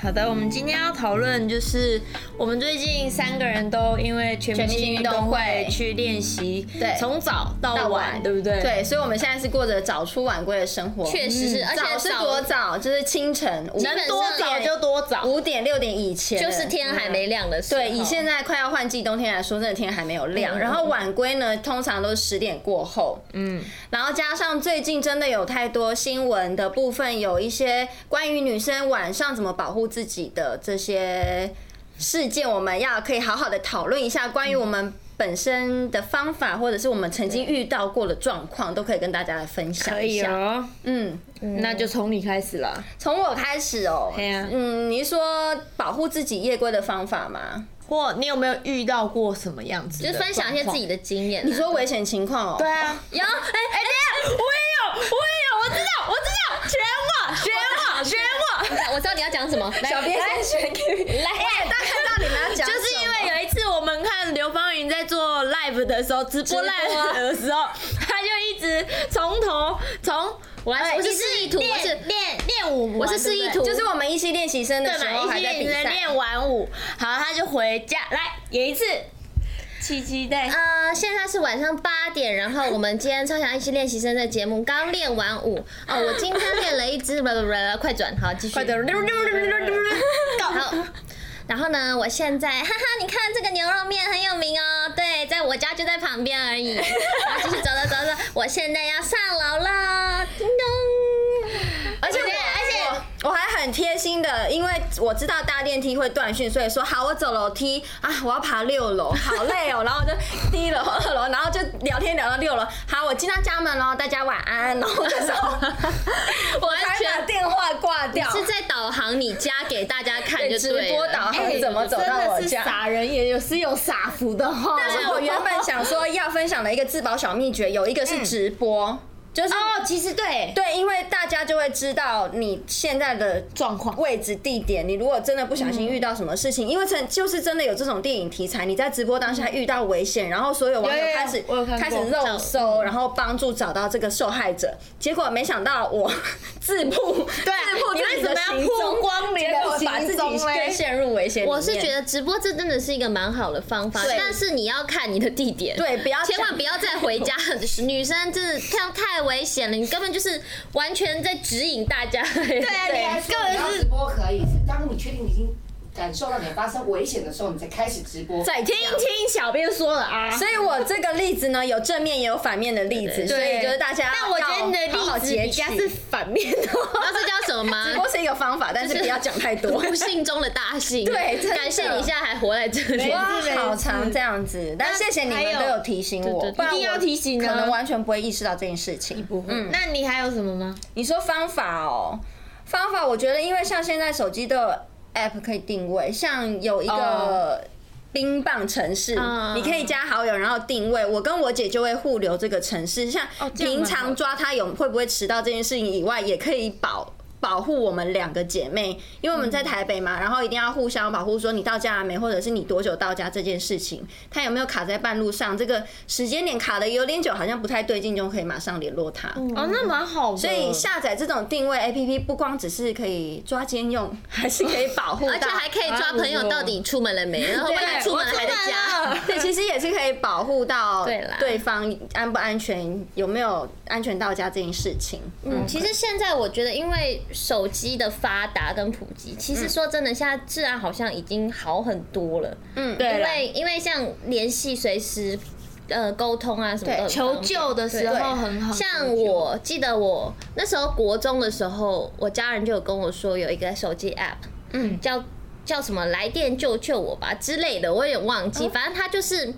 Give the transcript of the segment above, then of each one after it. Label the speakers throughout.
Speaker 1: 好的，我们今天要讨论就是我们最近三个人都因为全明
Speaker 2: 全明
Speaker 1: 星
Speaker 2: 星
Speaker 1: 运
Speaker 2: 运
Speaker 1: 动
Speaker 2: 动
Speaker 1: 会
Speaker 2: 会
Speaker 1: 去练习，
Speaker 2: 对
Speaker 1: 从早到晚，
Speaker 2: 到晚
Speaker 1: 对不对？，
Speaker 2: 对，所以我们现在是过着早出晚归的生活。嗯
Speaker 3: 确实是，而
Speaker 2: 早
Speaker 3: 且
Speaker 2: 是
Speaker 3: 早
Speaker 2: 多早？就是清晨五
Speaker 3: 能
Speaker 2: 多
Speaker 1: 多早就多早，
Speaker 2: 五点六点以前，
Speaker 3: 就是。天还没亮的时候。
Speaker 2: 对，以现在快要换季冬天来说，真的天还没有亮。然后晚归呢，通常都是十点过后。
Speaker 1: 嗯，
Speaker 2: 然后加上最近真的有太多新闻的部分，有一些关于女生晚上怎么保护自己的这些事件，我们要可以好好的讨论一下，关于我们本身的方法，或者是我们曾经遇到过的状况，都可以跟大家来分
Speaker 1: 可
Speaker 2: 享一
Speaker 1: 以
Speaker 2: 下。
Speaker 1: 哦，
Speaker 2: 嗯，
Speaker 1: 那就从你开始了，
Speaker 2: 从我开始哦、
Speaker 1: 对啊
Speaker 2: 嗯，你是说保护自己夜归的方法吗？
Speaker 1: 或你有没有遇到过什么样子？
Speaker 3: 就是分享一些自。己的经验啊。
Speaker 2: 你说危险情况哦、
Speaker 1: 对啊，
Speaker 3: 有哎哎，
Speaker 1: 我也有，我也有，我知道，我知道，选我，选我，选我。
Speaker 3: 等一下我知道你要讲什么。来
Speaker 2: 小编先选给你，
Speaker 3: 来，哎
Speaker 2: 大家知道你们要讲什
Speaker 1: 就
Speaker 2: 么，
Speaker 1: 是因为有一次我们看刘芳云在做 live 的时候，直播啊
Speaker 3: 直播
Speaker 1: live 的时候， 她就一直从头从
Speaker 3: 我来，
Speaker 1: 哎
Speaker 3: 我是
Speaker 1: 一直
Speaker 3: 示意图，我是
Speaker 1: 练练练舞，
Speaker 3: 我是示意图，
Speaker 2: 就是我们一期练习生的
Speaker 1: 对
Speaker 2: 时
Speaker 1: 嘛，
Speaker 2: 候
Speaker 1: 一
Speaker 2: 还
Speaker 1: 起
Speaker 2: 在比
Speaker 1: 练
Speaker 2: 赛，
Speaker 1: 练完舞，好，她就回家来演一次，嗯七七带
Speaker 3: 呃，现在是晚上八点，然后我们今天超强一起练习生的节目刚练完舞哦，我今天练了一支，快转，好，继 续，
Speaker 1: 快点，
Speaker 3: 好。 然后呢，我现在哈哈，你看这个牛肉面很有名哦，对，在我家就在旁边而已。然后继续走走走走，我现在要上楼了，叮咚。
Speaker 2: 而且我
Speaker 3: 我觉得而
Speaker 2: 而且我还很贴心的，因为我知道搭电梯会断讯，所以说好，我走楼梯啊，我要爬六楼，好累哦，然后我就第一楼、二楼，然后就聊天聊到六楼，好，我进到家门喽，大家晚安，然后这时候 我才把电话挂掉，
Speaker 3: 是在导航你家给大家看
Speaker 2: 对
Speaker 3: 就
Speaker 2: 哎直
Speaker 3: 对
Speaker 2: 播
Speaker 3: 了
Speaker 2: 导
Speaker 1: 哎
Speaker 2: 航怎么走到我家。
Speaker 1: 人也有是有傻福的哈
Speaker 2: 但是我原本想说要分享的一个自保小秘诀，有一个是直播，就是
Speaker 1: 哦，其实对
Speaker 2: 对，因为大家就会知道你现在的
Speaker 1: 状况
Speaker 2: 位置、地点。你如果真的不小心遇到什么事情，因为真就是真的有这种电影题材，你在直播当下遇到危险，然后所有网友
Speaker 1: 有有有
Speaker 2: 开始
Speaker 1: 我有看过
Speaker 2: 开始肉搜，然后帮助找到这个受害者。结果没想到我自曝，
Speaker 1: 对
Speaker 2: 自曝
Speaker 1: 你
Speaker 2: 自己
Speaker 1: 为什
Speaker 2: 的
Speaker 1: 么要
Speaker 2: 行
Speaker 1: 曝
Speaker 2: 踪，
Speaker 1: 光你的
Speaker 2: 结果把自
Speaker 1: 行踪
Speaker 2: 己
Speaker 1: 嘞
Speaker 2: 跟陷入危险里面。
Speaker 3: 我是觉得直播这真的是一个蛮好的方法，
Speaker 2: 对
Speaker 3: 但是你要看你的地点，
Speaker 2: 对不 要
Speaker 3: 千万
Speaker 2: 讲
Speaker 3: 不要再回家。 女生真的太太危险了，你根本就是完全在指引大家。对
Speaker 1: 对啊，你还根
Speaker 4: 你要
Speaker 1: 本
Speaker 4: 直
Speaker 1: 是
Speaker 4: 播可以，是当你确定已经感受到你发生危险的时候，你才开始直播。
Speaker 2: 在
Speaker 1: 听听小编说了啊。
Speaker 2: 所以我这个例子呢，有正面也有反面的例子，
Speaker 3: 对
Speaker 2: 所以就是大家要
Speaker 1: 但我觉得你的
Speaker 2: 好好
Speaker 1: 例子
Speaker 2: 截
Speaker 1: 比较
Speaker 2: 取
Speaker 1: 是反面的，
Speaker 3: 那这叫什么吗
Speaker 2: 直？播是一个方法，但是不要讲太多。
Speaker 3: 不幸中的大幸。
Speaker 2: 对真的
Speaker 3: 感谢你现在还活在这里
Speaker 1: 没。
Speaker 2: 哇，
Speaker 1: 事
Speaker 2: 好长这样子，但谢谢你
Speaker 1: 还有
Speaker 2: 们都有提醒我，
Speaker 3: 对对对
Speaker 2: 不然我
Speaker 1: 一定要提醒啊
Speaker 2: 可能完全不会意识到这件事情。嗯，
Speaker 1: 那你还有 什么吗？
Speaker 2: 你说方法哦，方法我觉得，因为像现在手机都有 app 可以定位，像有一
Speaker 1: 哦
Speaker 2: 个。冰棒城市
Speaker 3: 嗯，
Speaker 2: 你可以加好友，然后定位。我跟我姐就会互留这个城市，像
Speaker 1: 哦这样蛮好的
Speaker 2: 平常抓她有会不会迟到这件事情以外，也可以保保护我们两个姐妹，因为我们在台北
Speaker 1: 嗯
Speaker 2: 嘛，然后一定要互相保护，说你到家了没，或者是你多久到家这件事情，她有没有卡在半路上，这个时间点卡的有点久，好像不太对劲，就可以马上联络她。
Speaker 1: 哦，那蛮好的。所
Speaker 2: 所
Speaker 3: 嗯
Speaker 2: 以下载这种定位 APP 不光只是可以抓奸用，还是可以保护到，
Speaker 3: 而且还可以抓朋
Speaker 1: 啊
Speaker 3: 友到底出门了没，然后问他出门了还在家。
Speaker 2: 对，其实也是可以保护到
Speaker 3: 对啦
Speaker 2: 对方安不安全，有没有安全到家这件事情。嗯，
Speaker 3: 其实现在我觉得，因为手机的发达跟普及，其
Speaker 1: 嗯
Speaker 3: 实说真的，现在治安好像已经好很多了。嗯，
Speaker 1: 对
Speaker 3: 因
Speaker 1: 啦
Speaker 3: 为因为像联系随时，呃，沟通啊什么的，
Speaker 1: 求救的时候很好。
Speaker 3: 像我记得我那时候国中的时候，我家人就有跟我说有一个手机 app，嗯，叫叫什么来电救救我吧之类的，我有点忘记，反正它就是。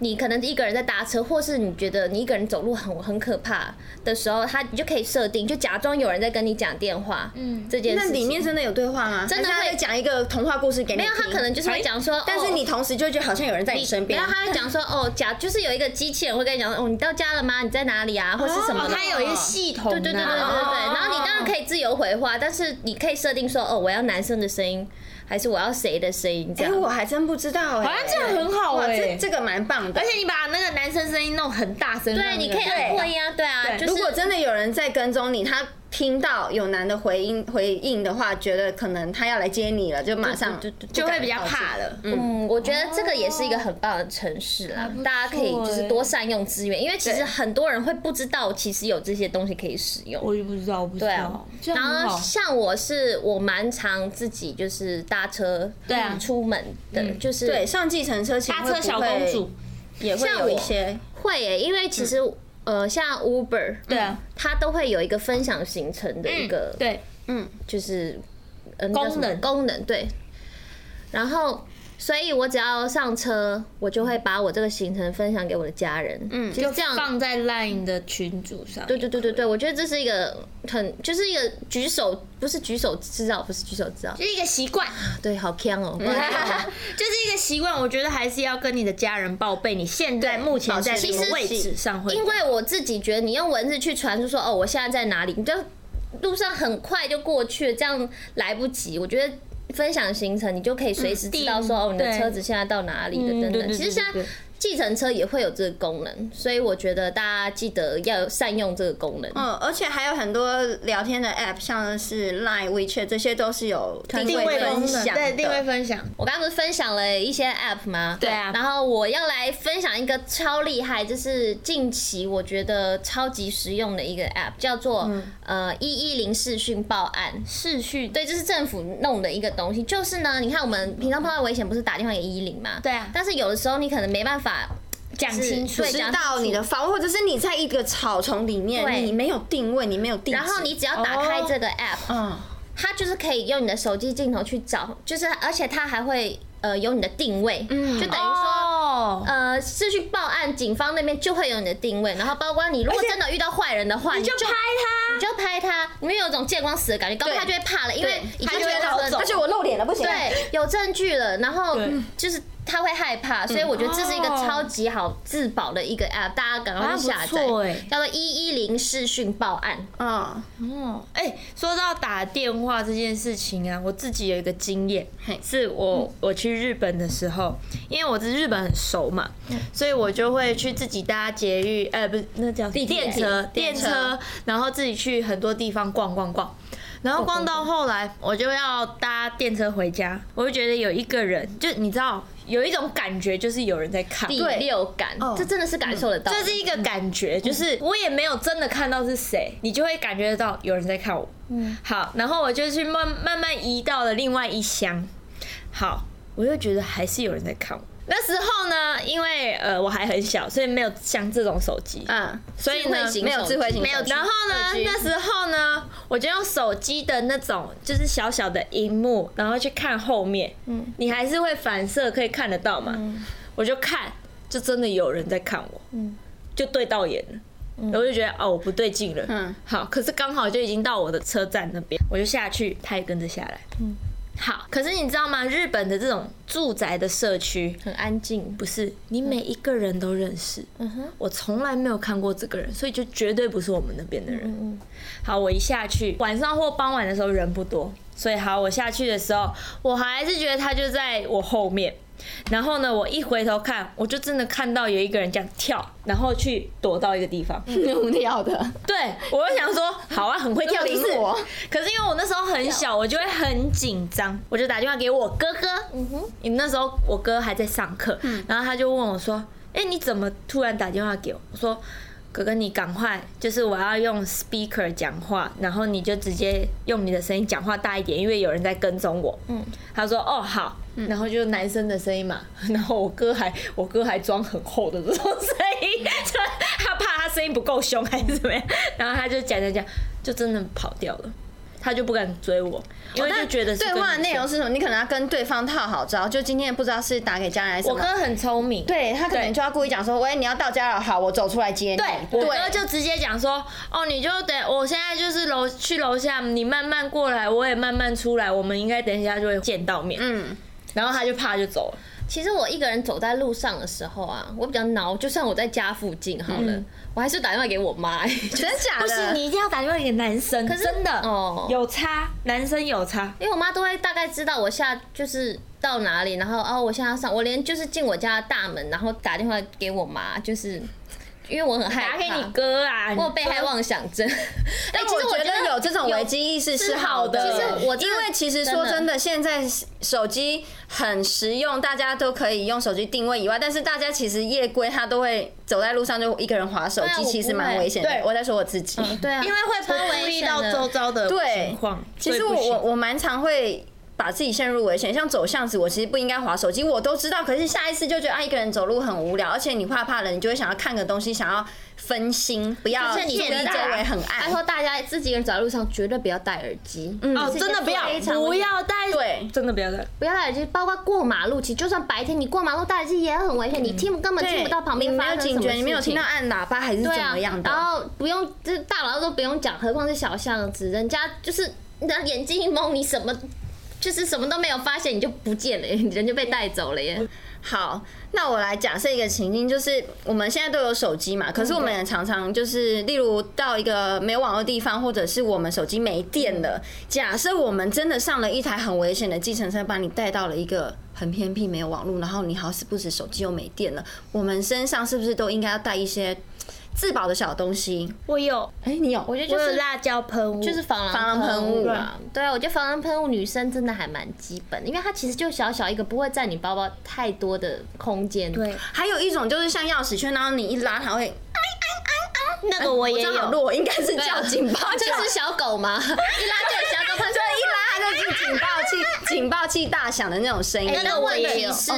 Speaker 3: 你可能一个人在搭车，或是你觉得你一个人走路很很可怕的时候，它你就可以设定，就假装有人在跟你讲电话，嗯，这件事
Speaker 2: 那
Speaker 3: 情。
Speaker 2: 里面真的有对话吗？
Speaker 3: 真的
Speaker 2: 还是他
Speaker 3: 会
Speaker 2: 会讲一个童话故事给你
Speaker 3: 没
Speaker 2: 听，
Speaker 3: 有，他可能就是会讲说，
Speaker 2: 但
Speaker 3: 哦
Speaker 2: 是你同时就会觉得好像有人在你身边
Speaker 3: 然后。他会讲说，哦，假就是有一个机器人会跟你讲说，哦，你到家了吗？你在哪里啊？或是什么
Speaker 1: 哦，
Speaker 3: 的。
Speaker 1: 它有一个系统的啊，
Speaker 3: 对对对对对对对，然后你
Speaker 1: 哦
Speaker 3: 当然可以自由回话，但是你可以设定说，哦，我要男生的声音，还是我要谁的声音这
Speaker 2: 哎，
Speaker 3: 样。
Speaker 2: 我还真不知道哎，
Speaker 1: 好像这样很好
Speaker 2: 哇
Speaker 1: 哎
Speaker 2: 这这个蛮棒的
Speaker 1: 而。且你把那个男生声音弄很大声，
Speaker 3: 对，
Speaker 1: 让那
Speaker 3: 你
Speaker 1: 个
Speaker 3: 可以
Speaker 1: 对
Speaker 3: 按扩音啊，对啊，就是
Speaker 2: 如果真的有人在跟踪你，他听到有男的回应回应的话，觉得可能他要来接你了，就马上
Speaker 3: 对对对对
Speaker 2: 就会比较怕了。嗯，
Speaker 3: 嗯，我觉得这个也是一个很棒的城市啦，大家可以就是
Speaker 1: 欸
Speaker 3: 多善用资源，因为其实
Speaker 2: 对
Speaker 3: 很多人会不知道，其实有这些东西可以使用。
Speaker 1: 我就不知道，我不知
Speaker 3: 对啊
Speaker 1: 道。，这样很
Speaker 3: 然后
Speaker 1: 好
Speaker 3: 像我是我蛮常自己就是搭车对
Speaker 1: 啊
Speaker 3: 出门的，就是
Speaker 2: 对，上计程车其实
Speaker 1: 搭
Speaker 2: 会
Speaker 1: 车
Speaker 2: 不
Speaker 1: 小
Speaker 2: 会
Speaker 1: 公主，
Speaker 2: 也会
Speaker 3: 像
Speaker 2: 有一
Speaker 3: 我
Speaker 2: 些
Speaker 3: 会耶，因为其实
Speaker 1: 嗯
Speaker 3: 呃像 Uber
Speaker 1: 对啊，
Speaker 3: 它都会有一个分享行程的一个
Speaker 1: 嗯对，
Speaker 3: 就是呃那叫什
Speaker 1: 功
Speaker 3: 么
Speaker 1: 能
Speaker 3: 功能对，然后。所以我只要上车，我就会把我这个行程分享给我的家人。嗯，其实
Speaker 1: 就
Speaker 3: 这样
Speaker 1: 放在 LINE 的群组上。
Speaker 3: 对对对对对，我觉得这是一个很，就是一个举手，不是举手之劳，不是举手之劳，
Speaker 1: 就是一个习惯，
Speaker 3: 对，好 can 哦、不然
Speaker 1: 就是一个习惯。我觉得还是要跟你的家人报备，你现在目前在什
Speaker 3: 其
Speaker 1: 么
Speaker 3: 实
Speaker 1: 位置上会。
Speaker 3: 因为我自己觉得你用文字去传输说哦，我现在在哪里，你就路上很快就过去了，这样来不及。我觉得。分享行程，你就可以随时知道说
Speaker 1: 嗯
Speaker 3: 哦，你的
Speaker 1: 对
Speaker 3: 车子现在到哪里
Speaker 1: 嗯
Speaker 3: 的等
Speaker 1: 对对
Speaker 3: 等。
Speaker 1: 对
Speaker 3: 其实现
Speaker 1: 对
Speaker 3: 在
Speaker 1: 对
Speaker 3: 计程车也会有这个功能，所以我觉得大家记得要善用这个功能。
Speaker 2: 嗯，而且还有很多聊天的 app，像是 Line、WeChat 这些都是有定
Speaker 1: 定位
Speaker 2: 分
Speaker 1: 分享，
Speaker 2: 享
Speaker 1: 对
Speaker 2: 的。
Speaker 1: 定位分享，
Speaker 3: 我刚刚不是分享了一些 app 吗？
Speaker 1: 对啊
Speaker 3: 然后我要来分享一个超厉害，就是近期我觉得超级实用的一个 app，叫做、呃一一零视讯报案。
Speaker 1: 嗯视讯
Speaker 3: 对，这是政府弄的一个东西。就是呢，你看我们平常碰到危险，不是打电话给一零吗？
Speaker 1: 对啊
Speaker 3: 但是有的时候你可能没办法，
Speaker 1: 讲
Speaker 3: 是
Speaker 1: 清楚
Speaker 3: 对，
Speaker 2: 知道你的房，或者是你在一个草丛里
Speaker 3: 对
Speaker 2: 面，你没有定位，你没有地址，
Speaker 3: 然后你只要打开
Speaker 1: 哦
Speaker 3: 这个 app，、
Speaker 2: 嗯，
Speaker 3: 它就是可以用你的手机镜头去找，就是而且它还会呃有你的定位，就等于说。
Speaker 1: 嗯哦，
Speaker 3: 呃，是去报案，警方那边就会有你的定位，然后包括你如果真的遇到坏人的话，你
Speaker 1: 呃就拍他，
Speaker 3: 你就拍他，你会有一种见光死的感觉，搞不好他就会怕了，因为已经
Speaker 2: 他就会
Speaker 3: 有
Speaker 2: 逃
Speaker 3: 人
Speaker 2: 走，而且我露脸了，不行。
Speaker 3: 对，有证据了，然后
Speaker 1: 对嗯
Speaker 3: 就是他会害怕，所以我觉得这是一个超级好自保的一个 app，大家赶快去下
Speaker 1: 哦啊
Speaker 3: 载
Speaker 1: 不错欸，
Speaker 3: 叫做一一零视讯报案。
Speaker 2: 嗯，
Speaker 1: 哦，哎、说到打电话这件事情啊，我自己有一个经验
Speaker 2: 嘿，
Speaker 1: 是我我去日本的时候，因为我对日本很熟嘛，所以我就会去自己搭捷运，呃，不是那叫
Speaker 3: 地铁
Speaker 1: 电车，电
Speaker 3: 电车
Speaker 1: 车，然后自己去很多地方逛逛逛。然后逛到后来，我就要搭电车回家，我就觉得有一个人，就你知道，有一种感觉，就是有人在看，
Speaker 3: 第
Speaker 2: 对
Speaker 3: 六感，
Speaker 1: 哦
Speaker 3: 这真的是感受得到的。
Speaker 1: 这是一个感觉，就是我也没有真的看到是谁，你就会感觉得到有人在看我。嗯，好，然后我就去慢慢慢移到了另外一箱，好，我又觉得还是有人在看我。那时候呢，因为呃我还很小，所以没有像这种手机，
Speaker 2: 嗯，
Speaker 1: 所以
Speaker 3: 智
Speaker 1: 呢
Speaker 3: 慧型
Speaker 1: 没有
Speaker 3: 手
Speaker 1: 智慧型
Speaker 3: 机
Speaker 1: 手机，
Speaker 3: 没有
Speaker 1: 然后呢
Speaker 3: 手，机
Speaker 1: 那时候呢，我就用手机的那种就是小小的荧幕，然后去看后面，嗯，你还是会反射可以看得到嘛，我就看，就真的有人在看我，嗯，就对到眼了。然后我就觉得哦，我不对劲了。嗯
Speaker 2: 嗯，
Speaker 1: 好，可是刚好就已经到我的车站那边，我就下去，他也跟着下来。嗯，好，可是你知道吗？日本的这种住宅的社区，
Speaker 3: 很安静，
Speaker 1: 不是你每一个人都认识，我从来没有看过这个人，所以就绝对不是我们那边的人。好，我一下去，晚上或傍晚的时候人不多，所以好，我下去的时候，我还是觉得他就在我后面。然后呢，我一回头看，我就真的看到有一个人这样跳，然后去躲到一个地方。
Speaker 2: 用跳的，
Speaker 1: 对，我就想说，好啊，很会 跳的
Speaker 2: 这么灵活
Speaker 1: 可是因为我那时候很小，我就会很紧张，我就打电话给我哥哥。嗯哼，嗯因为那时候我哥还在上课，然后他就问我说：“哎、你怎么突然打电话给我？”我说：“哥哥，你赶快，就是我要用 speaker 讲话，然后你就直接用你的声音讲话大一点，因为有人在跟踪我。”嗯，他说：“哦，好。”然后就男生的声音嘛， 然后我哥还我哥还装很厚的这种声音， 就他怕他声音不够凶还是怎么样， 然后他就讲讲讲，就真的跑掉了。他就不敢追我，因为就觉得是
Speaker 2: 对
Speaker 1: 跟
Speaker 2: 话的
Speaker 1: 你
Speaker 2: 内容是什么？你可能要跟对方套好招，就今天不知道是打给家人还是
Speaker 1: 说。
Speaker 2: 什
Speaker 1: 我
Speaker 2: 么。
Speaker 1: 哥很聪明，
Speaker 2: 对他可能就要故意讲说，喂，你要到家了，好，我走出来接你。
Speaker 1: 对，我哥就直接讲说，哦，你就等，我现在就是楼去楼下，你慢慢过来，我也慢慢出来，我们应该等一下就会见到面。
Speaker 2: 嗯，
Speaker 1: 然后他就怕就走了，
Speaker 3: 其实我一个人走在路上的时候啊，我比较挠，就算我在家附近好了，我还是打电话给我妈、欸
Speaker 2: 真的假
Speaker 1: 不行，
Speaker 2: 的？
Speaker 1: 你一定要打电话给男生，
Speaker 3: 是
Speaker 1: 真的
Speaker 3: 哦
Speaker 1: 有差，男生有差。
Speaker 3: 因为我妈都会大概知道我下就是到哪里，然后哦，我现在要上，我连就是进我家的大门，然后打电话给我妈，就是因为我很害
Speaker 1: 打
Speaker 3: 怕，
Speaker 1: 给你哥啊，
Speaker 3: 我有被害妄想症。哎但
Speaker 2: 但我觉得有这种危机意识是好的，
Speaker 3: 其实我真
Speaker 2: 因
Speaker 3: 的
Speaker 2: 为其实说真的，现在手机很实用，大家都可以用手机定位以外，但是大家其实夜归他都会走在路上就一个人划手
Speaker 3: 对啊
Speaker 2: 机，
Speaker 3: 我
Speaker 2: 其实
Speaker 3: 不会
Speaker 2: 蛮危险的
Speaker 1: 对。
Speaker 2: 我在说我自己，
Speaker 3: 对啊，
Speaker 1: 因为会
Speaker 3: 超
Speaker 1: 不注
Speaker 3: 危
Speaker 1: 意
Speaker 3: 险
Speaker 1: 到
Speaker 3: 的
Speaker 1: 周遭的
Speaker 2: 对
Speaker 1: 情况。
Speaker 2: 其实
Speaker 1: 所以
Speaker 2: 我
Speaker 1: 不行
Speaker 2: 我我蛮常会把自己陷入危险，像走巷子，我其实不应该划手机，我都知道，可是下一次就觉得啊，一个人走路很无聊，而且你怕怕冷，你就会想要看个东西，想要分心，不要
Speaker 3: 而且你
Speaker 2: 注意
Speaker 3: 觉得
Speaker 2: 周围很
Speaker 3: 拜
Speaker 2: 暗。
Speaker 3: 托大家自己一个人走在路上绝对不要戴耳机，嗯，
Speaker 1: 哦，
Speaker 3: 是一
Speaker 1: 真的
Speaker 3: 件
Speaker 1: 不要
Speaker 3: 非常
Speaker 1: 不
Speaker 3: 危险
Speaker 1: 要带，
Speaker 2: 对
Speaker 1: 真的不要带。
Speaker 3: 不要戴耳机，包括过马路，其实就算白天你过马路戴耳机也很危险，你听根本
Speaker 2: 对
Speaker 3: 听不到旁边
Speaker 2: 你没有
Speaker 3: 发生什
Speaker 2: 警
Speaker 3: 么
Speaker 2: 觉，
Speaker 3: 事
Speaker 2: 你没有听
Speaker 3: 情
Speaker 2: 到。按喇叭还是怎
Speaker 3: 对啊
Speaker 2: 么样，的？
Speaker 3: 然后不用，这大佬都不用讲，何况是小巷子，人家就是你的眼睛一蒙，你什么就是什么都没有发现，你就不见了耶， 你人就被带走了
Speaker 2: 嗯
Speaker 3: 耶。
Speaker 2: 好，那我来假设一个情境，就是我们现在都有手机
Speaker 1: 嗯
Speaker 2: 嘛，可是我们也常常就是，例如到一个没有网络的地方，或者是我们手机没电了。假设我们真的上了一台很危险的计程车，把你带到了一个很偏僻没有网络，然后你好死不死手机又没电了，我们身上是不是都应该要带一些自保的小东西？
Speaker 1: 我有，
Speaker 2: 哎、你有？我
Speaker 3: 我觉得
Speaker 1: 我
Speaker 3: 就
Speaker 1: 有
Speaker 3: 是
Speaker 1: 辣椒喷雾，
Speaker 3: 就是防
Speaker 2: 防
Speaker 3: 狼
Speaker 2: 狼喷雾
Speaker 3: 啊，对啊，我觉得防狼喷雾女生真的还蛮基本的，因为它其实就小小一个，不会占你包包太多的空间。
Speaker 1: 对，
Speaker 2: 还有一种就是像钥匙圈，然后你一拉它会，
Speaker 1: 那个哎哦我也
Speaker 2: 我真的好
Speaker 1: 有。
Speaker 2: 弱，应该是叫警报
Speaker 3: 这
Speaker 2: 叫
Speaker 3: 是小狗 吗？一拉就有小狗，它就
Speaker 2: 一拉它就是警报器，警报器大响的那种声音。
Speaker 1: 哎那个我也有
Speaker 3: 是，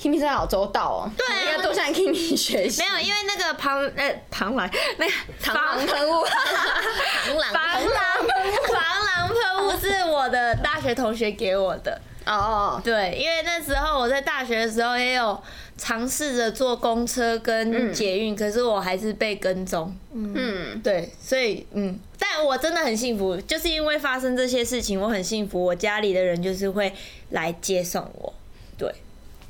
Speaker 2: Kimi 真的好周到哦，对
Speaker 1: 啊
Speaker 2: 应该多向 Kimi 学习
Speaker 1: 没。有，因为那个 庞呃庞来 那个
Speaker 2: 螳螂喷雾，
Speaker 3: 螳螂
Speaker 1: 防
Speaker 3: 喷雾
Speaker 1: 狼防狼喷雾是我的大学同学给我的。
Speaker 2: 哦，
Speaker 1: 对，因为那时候我在大学的时候也有尝试着坐公车跟捷运，可是我还是被跟踪。
Speaker 2: 嗯，
Speaker 1: 对，所以嗯，但我真的很幸福，就是因为发生这些事情，我很幸福。我家里的人就是会来接送我。对，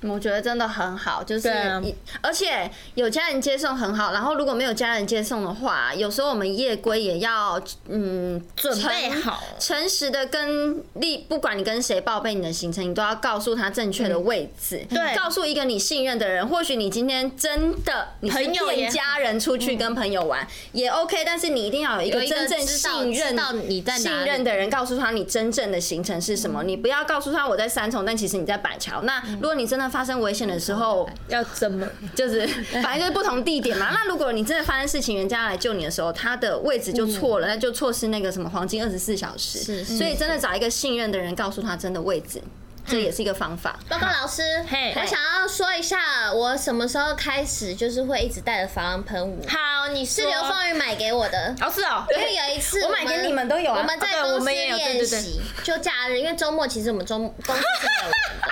Speaker 2: 我觉得真的很好，就是
Speaker 1: 对啊
Speaker 2: 一，而且有家人接送很好。然后如果没有家人接送的话，有时候我们夜归也要嗯
Speaker 1: 准备
Speaker 2: 诚
Speaker 1: 好
Speaker 2: 诚实的跟立，不管你跟谁报备你的行程，你都要告诉他正确的位置，
Speaker 1: 对
Speaker 2: 嗯告诉一个你信任的人。或许你今天真的你是
Speaker 1: 朋友也
Speaker 2: 骗家人出去跟朋友玩也 OK，但是你一定嗯要有一
Speaker 3: 有
Speaker 2: 个
Speaker 3: 一个
Speaker 2: 真正
Speaker 3: 知道
Speaker 2: 信任
Speaker 3: 知道你在哪里
Speaker 2: 信任的人，告诉他你真正的行程是什么。你不要告诉他我在三重，但其实你在板桥。那如果你真的发生危险的时候，
Speaker 1: 要怎么？
Speaker 2: 就是反正就是不同地点嘛。那如果你真的发生事情，人家来救你的时候，他的位置就错了，那就错失那个什么黄金二十四小时。
Speaker 3: 是是
Speaker 2: 所以真的找一个信任的人，告诉他真的位置，这也是一个方法。
Speaker 3: 报告老师，
Speaker 1: 嘿
Speaker 3: 我想要说一下，我什么时候开始就是会一直带着防狼喷雾，
Speaker 1: 好，你是
Speaker 3: 是刘凤玉买给我的。
Speaker 1: 哦，是哦，
Speaker 3: 因为有一次
Speaker 2: 我买给你们都有啊
Speaker 3: 我们在
Speaker 1: 啊对
Speaker 3: 公
Speaker 1: 我
Speaker 3: 司
Speaker 1: 们也有
Speaker 3: 练
Speaker 1: 对对对
Speaker 3: 习，就假日，因为周末其实我们周末公司是没有人的。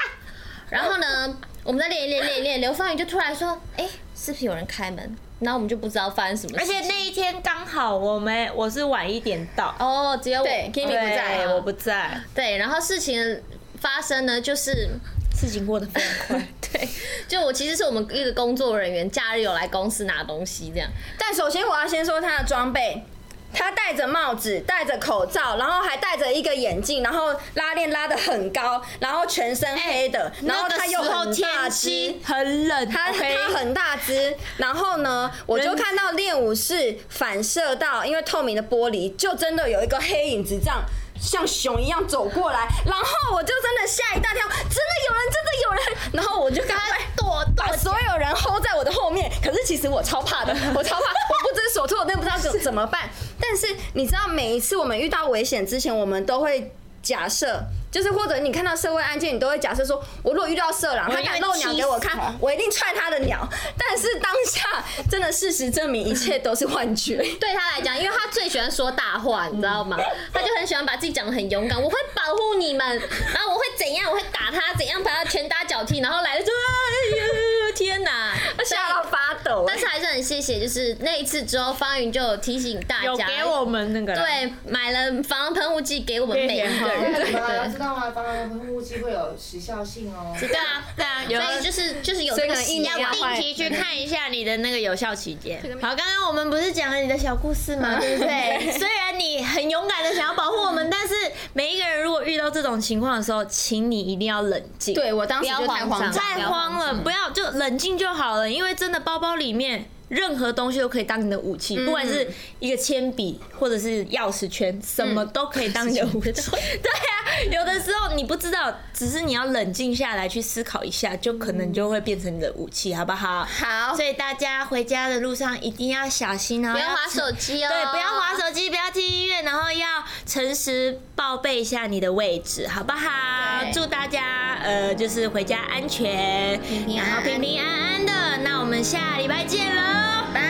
Speaker 3: 然后呢，我们在练一练练一练，刘芳宇就突然说：“哎，是不是有人开门？”然后我们就不知道发生什么
Speaker 1: 而
Speaker 3: 事情。
Speaker 1: 且那一天刚好我们我是晚一点到，
Speaker 3: 哦，只有我
Speaker 2: 对
Speaker 1: 对
Speaker 2: Kimi 不在啊
Speaker 1: 我不在，
Speaker 3: 对，然后事情发生呢，就是
Speaker 1: 事情过得非常 快。
Speaker 3: 对， 就我其实是我们一个工作人员，假日有来公司拿东西这样。
Speaker 2: 但首先我要先说他的装备。他戴着帽子，戴着口罩，然后还戴着一个眼镜，然后拉链拉的很高，然后全身黑的，然后
Speaker 1: 哎那
Speaker 2: 他
Speaker 1: 个
Speaker 2: 又
Speaker 1: 时候
Speaker 2: 很大
Speaker 1: 天
Speaker 2: 只
Speaker 1: 气，很冷，
Speaker 2: 他
Speaker 1: OK？
Speaker 2: 他很大只，然后呢，我就看到练武室反射到，因为透明的玻璃，就真的有一个黑影子这样。像熊一样走过来，然后我就真的吓一大跳，真的有人，真的有人，然后我就赶快躲，把所有人 hold 在我的后面。可是其实我超怕的，我超怕，我不知所措，我真的不知道怎怎么办。但是你知道，每一次我们遇到危险之前，我们都会假设，就是或者你看到社会案件，你都会假设说，我如果遇到色狼，他敢露鸟给我看，我一定踹他的鸟。但是当下真的事实证明，一切都是幻觉。
Speaker 3: 对他来讲，因为他最喜欢说大话，你知道吗？他就很喜欢把自己讲的很勇敢，我会保护你们，然后我会怎样，我会打他，怎样把他拳打脚踢，然后来了就哎呦天哪！
Speaker 2: 吓到发抖、
Speaker 3: 但是还是很谢谢，就是那一次之后，方云就有提醒大
Speaker 1: 有
Speaker 3: 家，
Speaker 1: 给我们那个啦，
Speaker 3: 对买了防狼喷雾剂给我们每一个人，
Speaker 4: 你们要
Speaker 3: 对
Speaker 4: 知道吗？防狼喷雾剂会有时效性哦。
Speaker 1: 对啊对啊， 有
Speaker 3: 所以就是就是有
Speaker 2: 所
Speaker 3: 这
Speaker 2: 以可
Speaker 3: 个
Speaker 2: 能一
Speaker 3: 习
Speaker 2: 年
Speaker 3: 惯
Speaker 2: 要
Speaker 1: 要定期去看一下你的那个有效期间。好，刚刚我们不是讲了你的小故事 吗？对不对？虽然你很勇敢的想要保护我们，但是每一个人如果遇到这种情况的时候，请你一定要冷静。，
Speaker 2: 对我当时就太
Speaker 3: 不要嗯
Speaker 2: 慌
Speaker 3: 慌张
Speaker 2: 张，
Speaker 1: 太慌了，不要就冷静就好了，因为真的包包里面。任何东西都可以当你的武器，
Speaker 3: 嗯
Speaker 1: 不管是一个铅笔或者是钥匙圈，什么都可以当你的武器。 对啊，有的时候你不知道，只是你要冷静下来去思考一下，就可能就会变成你的武器，好不好？
Speaker 2: 好
Speaker 1: 所以大家回家的路上一定要小心哦，
Speaker 3: 不要
Speaker 1: 要
Speaker 3: 划手机哦，
Speaker 1: 对，不要划手机，不要听音乐，然后要诚实报备一下你的位置，好不好？
Speaker 3: 对
Speaker 1: 祝大家呃，就是回家安全，
Speaker 3: 平安
Speaker 1: 然后平平安安的。那我们下礼拜见喽，
Speaker 3: 拜